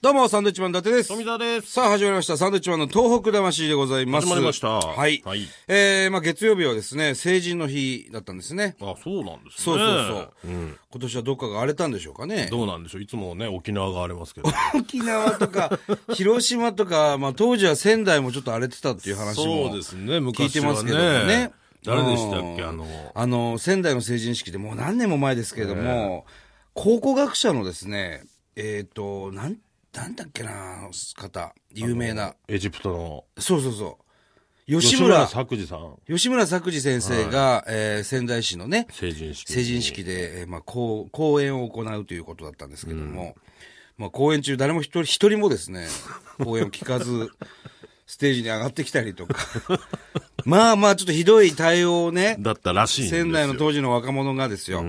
どうも、サンドウィッチマン伊達です。富澤ですさあ、始まりました。サンドウィッチマンの東北魂でございます。始まりましたはい。はいえー、まあ月曜日はですね、成人の日だったんですね。あ、そうなんですそね。うそうそう。今年はどっかが荒れたんでしょうかね。どうなんでしょういつもね、沖縄が荒れますけど。沖縄とか、 広島とか、まあ当時は仙台もちょっと荒れてたっていう 話も。そうですね、聞い昔てはまね。すけどもね。誰でしたっけうんあの、あの、仙台の成人式でもう何年も前ですけれども、考古学者のですね、えっ、と、なん、なんだっけな、方、有名な。エジプトのそうそうそう。吉村、作治さん、吉村作治先生が、えー仙台市のね、成人式。成人式で、えーまあ、こう講演を行うということだったんですけども、まあ、講演中誰も一人、一人もです ね、講演を聞かず、ステージに上がってきたりとか、 まあまあ、ちょっとひどい対応をね、だったらしいんですよ。仙台の当時の若者がですよ、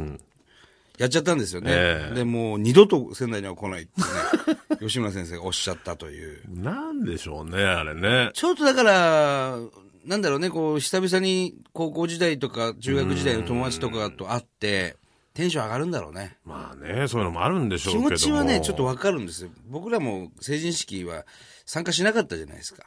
やっちゃったんですよね。ええで、もう二度と仙台には来ないってね、 吉村先生がおっしゃったという。なんでしょうね、あれね。ちょっとだから、なんだろうね、こう、久々に高校時代とか中学時代の友達とかと会って、テンション上がるんだろうね。まあね、そういうのもあるんでし気ょうけども。持ちはね、ちょっとわかるんですよ。僕らも成人式は参加しなかったじゃないですか。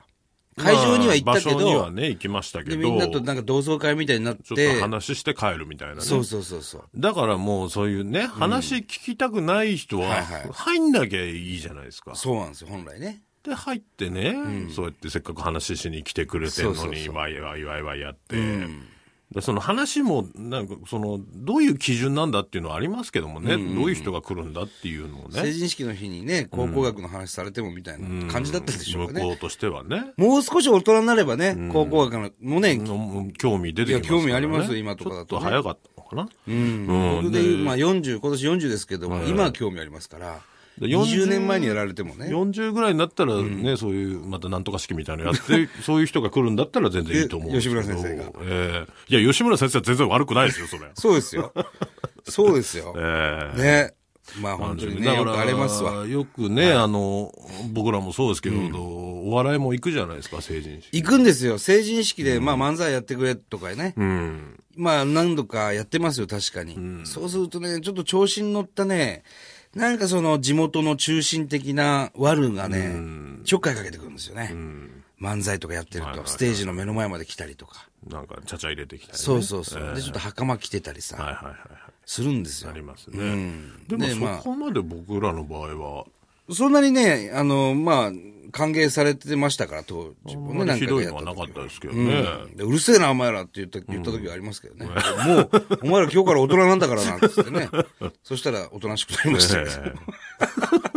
会場には行ったけまあ場所にど、はね、行きましたけでど。みんなとなんか同窓会みたいになっちょってと、話して帰るみたいなね。そうそうそうそう。だからもうそういうね、話聞きたくない人はいは、はい入んなきゃいいじゃないですか。そうなんですよ、本来ね。で、入ってね、そうやってせっかく話しに来てくれてんそのうそうに、そうわいわいわいわいやって。でその話も、なんか、その、どういう基準なんだっていうのはありますけどもね、どういう人が来るんだっていうのを成ね、人式の日にね、高校学の話されてもみたいな感じだったでしょうか向ね。こうとしてはね、もう少し大人になればね、高校学の、もね、の興味出てきますから、いや興ね。味ありますよ今とかだとねちょっと早かったのかな。うん。僕で言う、まあ40、今年40ですけども、今は興味ありますから、で20年前にやられてもね、 40ぐらいになったらね、そういう、またなんとか式みたいなの やって、そういう人が来るんだったら全然いいと思うんですけど。で吉村先生がええいや、吉村先生は全然悪くないですよ、それ。そうですよ。そうですよ。ええね。まあ本当にね、よくありますわ。。よくね、あの、僕らもそうですけど、お笑いも行くじゃないですか、成人式。行くんですよ。成人式で、まあ漫才やってくれとかね。うん。まあ何度かやってますよ、確かに、そうするとね、ちょっと調子に乗ったね、なんかその地元の中心的なワルがね、ちょっかいかけてくるんですよね。漫才とかやってると、ステージの目の前まで来たりとか。なんか、ちゃちゃ入れてきたり、ね。そうそうそう。で、ちょっと袴着てたりさ、はいはいはい。するんですよあり。ますね。でも、ねまあそこまで僕らの場合は、そんなにね、あの、まあ、歓迎されてましたから、当時あもんね、まりひどいやのはなかったですけどうね。んでうるせえな、お前らって言った言った時はありますけどね。もう、お前ら今日から大人なんだからなんつってね。 そしたら、おとなしくなりましたけど。え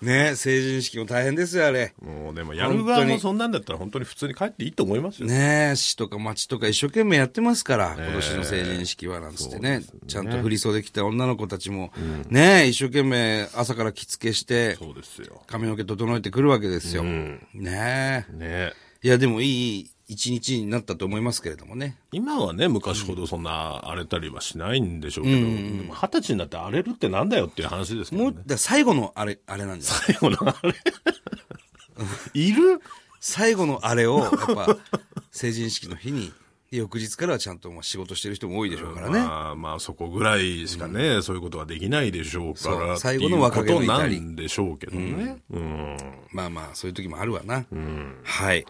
ね成人式も大変ですよ、あれ。えもうでも、やる側もそんなんだったら本当に普通に帰っていいと思いますよ。ね市とか町とか一生懸命やってますから、今年の成人式はなんつってね、ちゃんと振り袖着た女の子たちも、ね一生懸命朝から着付けして、そうですよ。髪の毛整えてくるわけですよ。ねえねいや、でもいい一日になったと思いますけれどもね。今はね、昔ほどそんな荒れたりはしないんでしょうけど、でも二十歳になって荒れるってなんだよっていう話ですけもどう、ね。だから最後のあれ、あれなんですよ。最後のあれ。いる最後のあれ を、やっぱ、成人式の日に、翌日からはちゃんともう仕事してる人も多いでしょうからね。まあ、まあそこぐらいしかね、そういうことはできないでしょうかそら、う最後の若気の至りっていうことなんでしょうけどね。うん。まあまあ、そういう時もあるわな。はい。はい。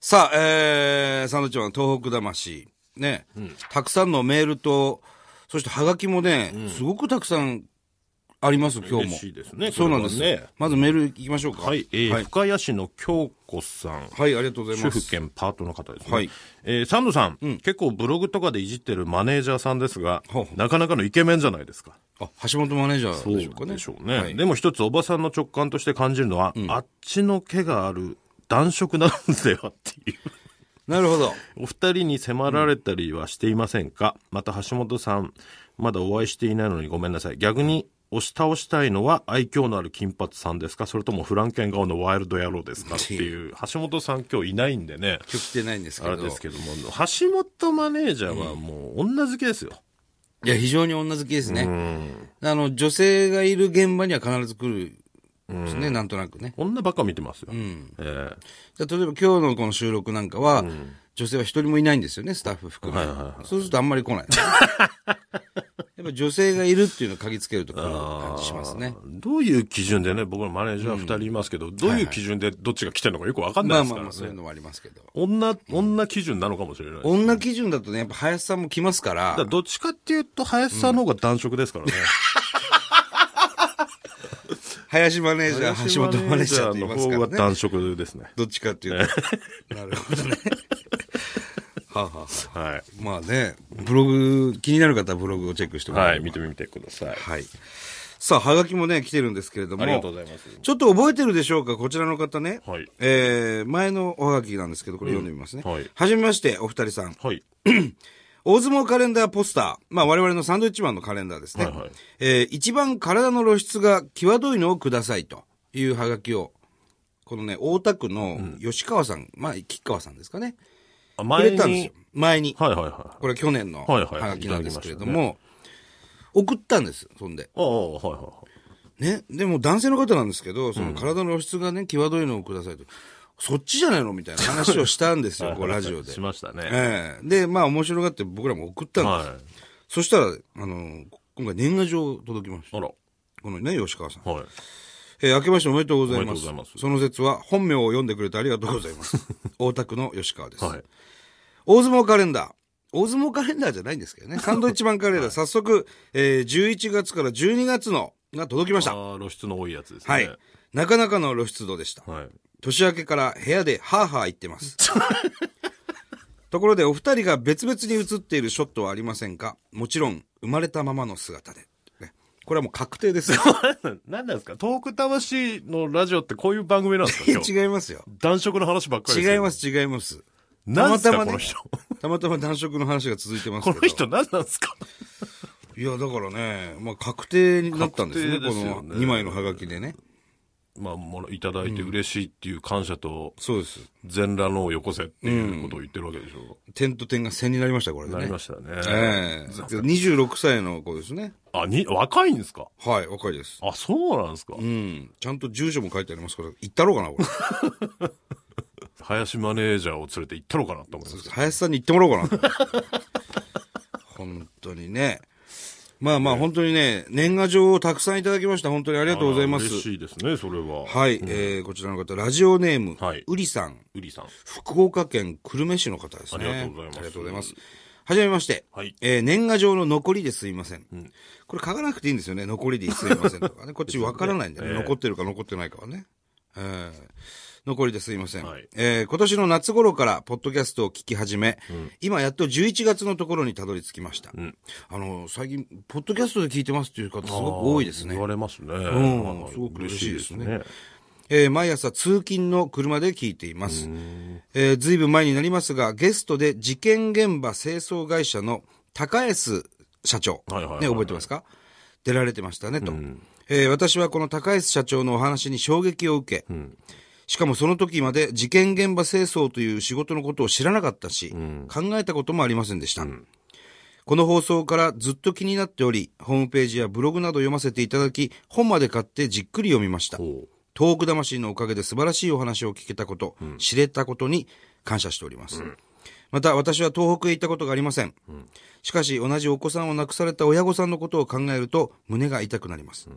さあ、えー、サンドウィッチマンの東北魂。ね、たくさんのメールと、そしてハガキもね、すごくたくさんあります、今日も嬉。しいですねそうなんですこれはねまずメール行きましょうか。はい、えーはい、深谷市の京子さん。はいありがとうござい主ま婦す。兼パートの方ですね。はいえーサンドさん,、結構ブログとかでいじってるマネージャーさんですがほうほ、うなかなかのイケメンじゃないですか。あ、橋本マネージャーそうでしょうかね。でしょうね。はいでも一つおばさんの直感として感じるのは、あっちの毛がある暖色なんだよっていう。なるほど。お二人に迫られたりはしていませんか、また橋本さん、まだお会いしていないのにごめんなさい。逆に押し倒したいのは愛嬌のある金髪さんですかそれともフランケン顔のワイルド野郎ですかっていう、橋本さん今日いないんでね。今日来てないんですけど。あれですけども、橋本マネージャーはもう女好きですよ。いや、非常に女好きですね。あの、女性がいる現場には必ず来るんですね、なんとなくね。女ばっか見てますよ。えじゃあ例えば今日のこの収録なんかは、 女性は一人もいないんですよね、スタッフ含め。そうするとあんまり来ない。やっやっぱ女性がいるっていうのを嗅ぎつけるところを感あじしますね。どういう基準でね、僕のマネージャー二人いますけど、どういう基準でどっちが来てるのかよくわかんまあないですまあからまあ、そういうね。のもありますけど。女、女基準なのかもしれない。だか女基準だとね、やっぱ林さんも来ますから、らどっちかっていうと、林さんの方が男色ですからね。林マネージャー、林橋本マネージャーと言いのます方かがらね。男色ですね。どっちかっていう と。なるほどね。 はあはあはあはまあね、ブログ、気になる方はブログをチェックしてい。もらはえれい、ば見てみてください。はい。さあ、はがきもね、来てるんですけれども。ありがとうございます。ちょっと覚えてるでしょうかこちらの方ね。はいえー、前のおはがきなんですけど、これ読んでみますね。うんはいはじめまして、お二人さん。はい。大相撲カレンダーポスター。まあ、我々のサンドイッチマンのカレンダーですね。はいはいえー一番体の露出が際どいのをくださいというハガキを、このね、大田区の吉川さん、まあ、吉川さんですかね。あく前れたんですよ。前に。はいはいはい。これ去年のはハいはいガキなんですけれども、送ったんです、そんで。ああ、はいはいはい。ね、でも男性の方なんですけど、その体の露出がね、際どいのをくださいと、そっちじゃないのみたいな話をしたんですよ、こうラジオでし。ましたね。ええで、まあ面白がって僕らも送ったんです。そはしたら、あの、今回年賀状届きましい。た。あら。このね、吉川さん。はい。えー明けましておめでとうございおめま。ですとうございますその説は本名を読んでくれてありがとうござい ます。大田区の吉川です。はい。大相撲カレンダー。大相撲カレンダーじゃないんですけど ね。サンドイッチマンカレンダー、早速、えー11月から12月のが届きましあた。あ、露出の多いやつですね。はい。なかなかの露出度でした。はい。 年明けから部屋でハーハー言ってます。ところでお二人が別々に写っているショットはありませんかもちろん、生まれたままの姿で。ねこれはもう確定ですよ。何なんですかトーク魂のラジオってこういう番組なんですか今 日。違いますよ。男色の話ばっかりですよ違いま。す、違います。何すかたまたまこのね人。たまたま男色の話が続いてますけこど。の人何なんですかいや、だからね、まあ確定になったんですね、確定ですよねこの2枚のハガキでね。まあ、もらいただいて嬉しいっていう感謝と、そうです。全裸のをよこせっていうことを言ってるわけでしょ。点と点が線になりました、これでなね。りましたね。ええ26歳の子ですね。あ、に、若いんですかはい、若いです。あ、そうなんですかうん。ちゃんと住所も書いてありますから、行ったろうかな、これ。 林マネージャーを連れて行ったのかなと思います。林さんに行ってもらおうかな。本当にね。まあまあ、本当にね、年賀状をたくさんいただきました。本当にありがとうございまあらす。嬉しいですね、それは。はい、えー、こちらの方、ラジオネーム、はいうりさん、うりさん。福岡県久留米市の方ですね。ありがとうございますありがとうございます。はじめまして。はいえー年賀状の残りですいません,、これ書かなくていいんですよね。残りですいませんとか ね。こっちわからないんでね、ええ残ってるか残ってないかはね。えー残りですいません、はいえー今年の夏頃からポッドキャストを聞き始め、今やっと11月のところにたどり着きました、あの最近ポッドキャストで聞いてますっていう方すごく多いですね言われますんね。はいすごく嬉しいですね嬉しえー毎朝通勤の車で聞いています。えー、ずいぶん前になりますが、ゲストで事件現場清掃会社の高安社長、はいはいはいはいね、覚えてますか出られてましたね、と。えー私はこの高安社長のお話に衝撃を受け、しかもその時まで事件現場清掃という仕事のことを知らなかったし、考えたこともありませんでした。この放送からずっと気になっており、ホームページやブログなど読ませていただき、本まで買ってじっくり読みました。ほう東北魂のおかげで素晴らしいお話を聞けたこと、知れたことに感謝しております。また私は東北へ行ったことがありません。しかし同じお子さんを亡くされた親御さんのことを考えると胸が痛くなります。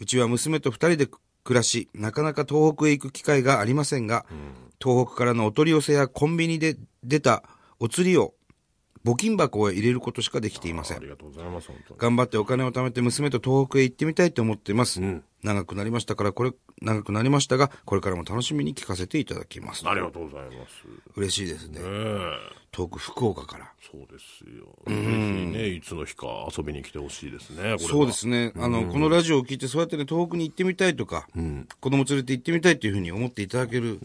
うちは娘と二人で暮らし、なかなか東北へ行く機会がありませんが、東北からのお取り寄せやコンビニで出たお釣りを募金箱へ入れることしかできていませんあ。りがとうございます、本当に。頑張ってお金を貯めて娘と東北へ行ってみたいと思っています。ん長くなりましたから、これ、長くなりましたが、これからも楽しみに聞かせていただきます。ありがとうございます。嬉しいですね。ええ遠く福岡から。そうですよ。ぜひね、いつの日か遊びに来てほしいですね、これはそうで。すね。あの、このラジオを聞いて、そうやってね、東北に行ってみたいとか、子供連れて行ってみたいというふうに思っていただける。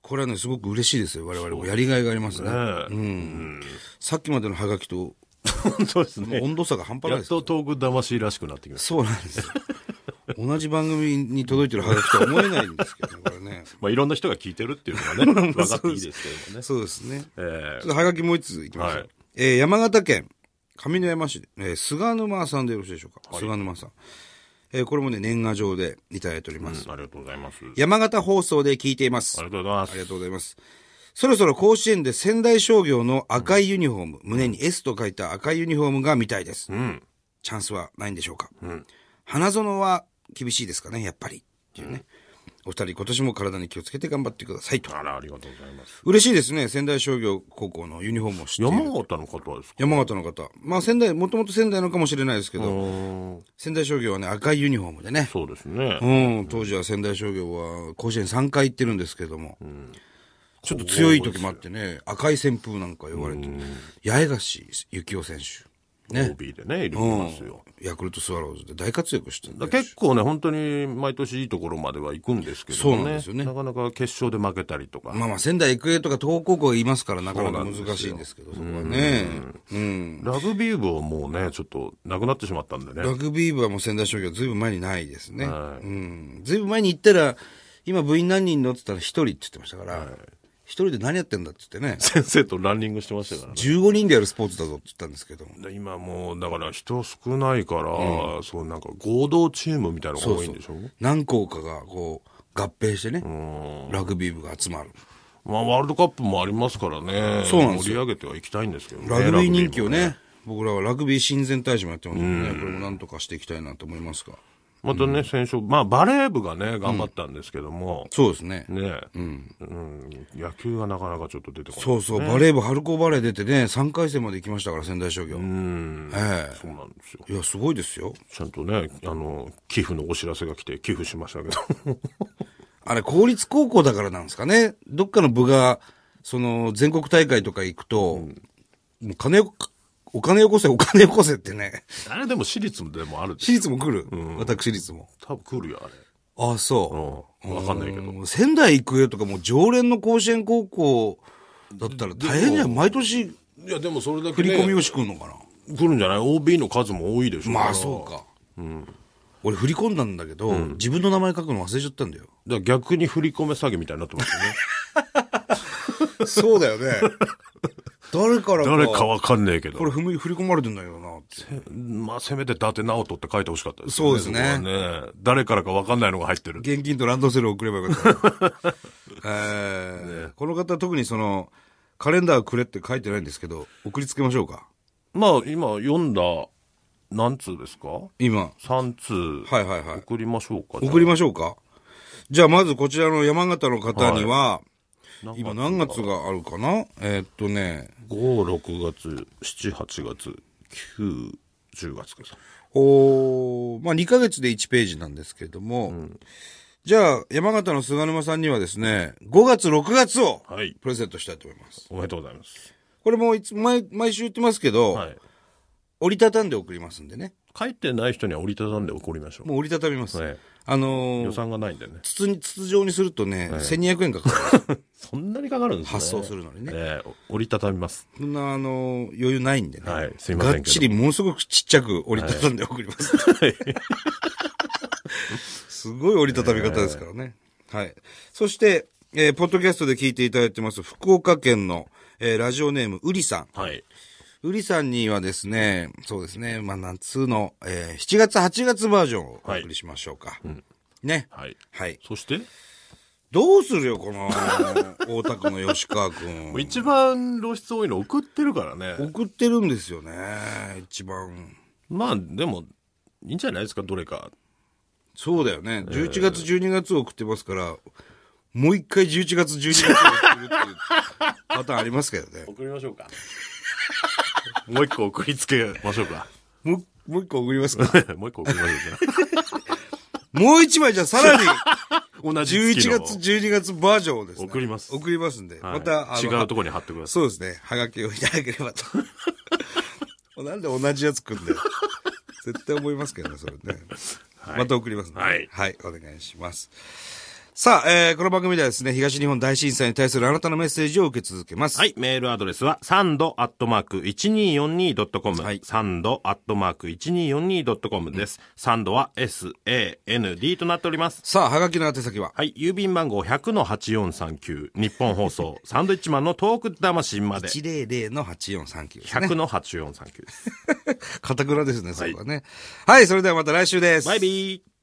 これはね、すごく嬉しいですよ。我々もやりがいがありますね。ええさっきまでのハガキ と、 そうですね。温度差が半端なやいでっすよ。とトーク魂らしくなってきました。そうなんですよ。 同じ番組に届いてるハガキとは思えないんですけどね、これね。まあ、いろんな人が聞いてるっていうのがね、分かっていいですけどもね。そうです ね。えちょっとはがきもう一ついきましょう。はいえー山形県上山市で、えー菅沼さんでよろしいでしょうか。菅沼さん。えーこれもね、年賀状でいただいております。えありがとうございます。あり山形放送で聞いています。あがとうございますり。がとうございます。そろそろ甲子園で仙台商業の赤いユニフォーム、胸に S と書いた赤いユニフォームが見たいです。うん。チャンスはないんでしょうか。ん花園は厳しいですかね、やっぱり。っていうね。お二人、今年も体に気をつけて頑張ってくださいと。あら、ありがとうございます。嬉しいですね、仙台商業高校のユニフォームを知っている山形の方はですか山形の方。まあ仙台、もともと仙台のかもしれないですけうど、ーん。仙台商業はね、赤いユニフォームでね。そうですね。うん、当時は仙台商業は甲子園3回行ってるんですけども、ちょっと強い時もあってね、赤い旋風なんか呼ばれて、八重樫幸雄選手、ね、 OB でね、いるういんますよ。、ヤクルトスワローズで大活躍してだ結構ね、本当に毎年いいところまでは行くんですけどそうなもんね。ですよねなかなか決勝で負けたりとか。まあまあ仙台育英とか東北高校いますからなかなそうかなんですよ難しいんですけど、そこはね。うん。ラグビー部はもうね、ちょっとなくなってしまったんでねラ。グビー部はもう仙台商業ずいぶん前にないですね。はうん。ずいぶん前に行ったら、今部員何人のって言ったら一人って言ってましたから、一、人で何やってんだって言ってね。先生とランニングしてましたからね。 15人でやるスポーツだぞって言ったんですけども。で今もう、だから人少ないから、そうなんか合同チームみたいなのが多いんでしょ何校かがこう、合併してね、ラグビー部が集まる。まあ、ワールドカップもありますからね。そうなんです盛り上げてはいきたいんですけどね。ラグビー人ラ気をね、僕らはラグビー親善大使もやってますんでね、これもなんとかしていきたいなと思いますが。またね、先週、まあ、バレー部がね、頑張ったんですけども、そうですね。ね、うん、野球がなかなかちょっと出てこない。そうそう、バレー部、春高バレー出てね、3回戦まで行きましたから、仙台商業。うん、えそうなんですよ。えいや、すごいですよ。ちゃんとね、あの、寄付のお知らせが来て、寄付しました けど。あれ、公立高校だからなんですかね。どっかの部が、その、全国大会とか行くと、もう金を、お金よこせ、お金よこせってね。 あれでも私立でもあるでし私立も来る。私立も。ょ多分来るよ、あれ。ああ、そううん。わかんないけど。。うん仙台育英とかもう常連の甲子園高校だったら大変じゃん。毎年いや、でもそれだけ、振り込みね、をしくんのかな。来るんじゃない ?OB の数も多いでしょ。まあ、そうか。俺振り込んだんだけど、自分の名前書くの忘れちゃったんだよ。だから逆に振り込め詐欺みたいになってます よね。そうだよね。 誰から誰かわかんねえけど。これ踏み振り込まれてんだけどなって。まあ、せめて伊達直人って書いてほしかったですそうですねそこはね誰からかわかんないのが入ってる。現金とランドセルを送ればよかったな、えーこの方特にそのカレンダーくれって書いてないんですけど送りつけましょうかまあ、今読んだ、何通ですか今 ?3 通。はいはいはい送りましょうか。送りましょうかじゃあまずこちらの山形の方には、り今何月があるかなえーっとね ?5、6月、7、8月、9、10月です。おーまあ2ヶ月で1ページなんですけれども、じゃあ山形の菅沼さんにはですね5月6月をはい。プレゼントしたいと思いますおめでとうございます。これもいつ毎毎週言ってますけど、はい。折りたたんで送りますんでね書いてない人には折りたたんで怒りましょもう折りたたみます。う。はい。あの予ー、算がないんでね。筒に、筒状にするとね、1200円かかるんですよ。そんなにかかるんですね。発送するのにねええ折りたたみ ます。そんな、あのー、余裕ないんでね。はいすいませんがけどっちり、ものすごくちっちゃく折りたたんで送ります。 すごい折りたたみ方ですからね。はい。そして、えーポッドキャストで聞いていただいてます、福岡県の、えーラジオネーム、うりさん。はい。うりさんにはですね、そうですね、まあ、夏の、えー7月、8月バージョンをお送りしましょうか。ね。はい。はい。そして、どうするよ、この、大田区の吉川くん。一番露出多いの送ってるからね。送ってるんですよね、一番。まあ、でも、いいんじゃないですか、どれか。そうだよね。11月、12月を送ってますから、もう一回11月、12月を送るっていうパターンありますけどね。送りましょうか。 もう一個送りつけましょうか。 もう、もう一個送りますかもう一個送りましょうか。もう一枚じゃあさらに、 同じ月の11月、12月バージョンをですね。送ります送りますんで。はいまた、あ違のうところに貼ってくださそうですね。はがきをいただければと。 もうなんで同じやつくんだよ。絶対思いますけどね、それね。はいまた送りますね。はいお願いします。さあ、えー、この番組ではですね、東日本大震災に対するあなたのメッセージを受け続けます。い。はい。メールアドレスは、サンドアットマーク 1242.com。はいサンドアットマーク 1242.com です。サンドは SAND となっております。さあ、はがきの宛先は、はい。郵便番号100-8439。日本放送。サンドイッチマンのトーク魂まで。 100-8439ですね。 100-8439です。かたくなですね、そこはね。はい、それではまた来週です。バイビー。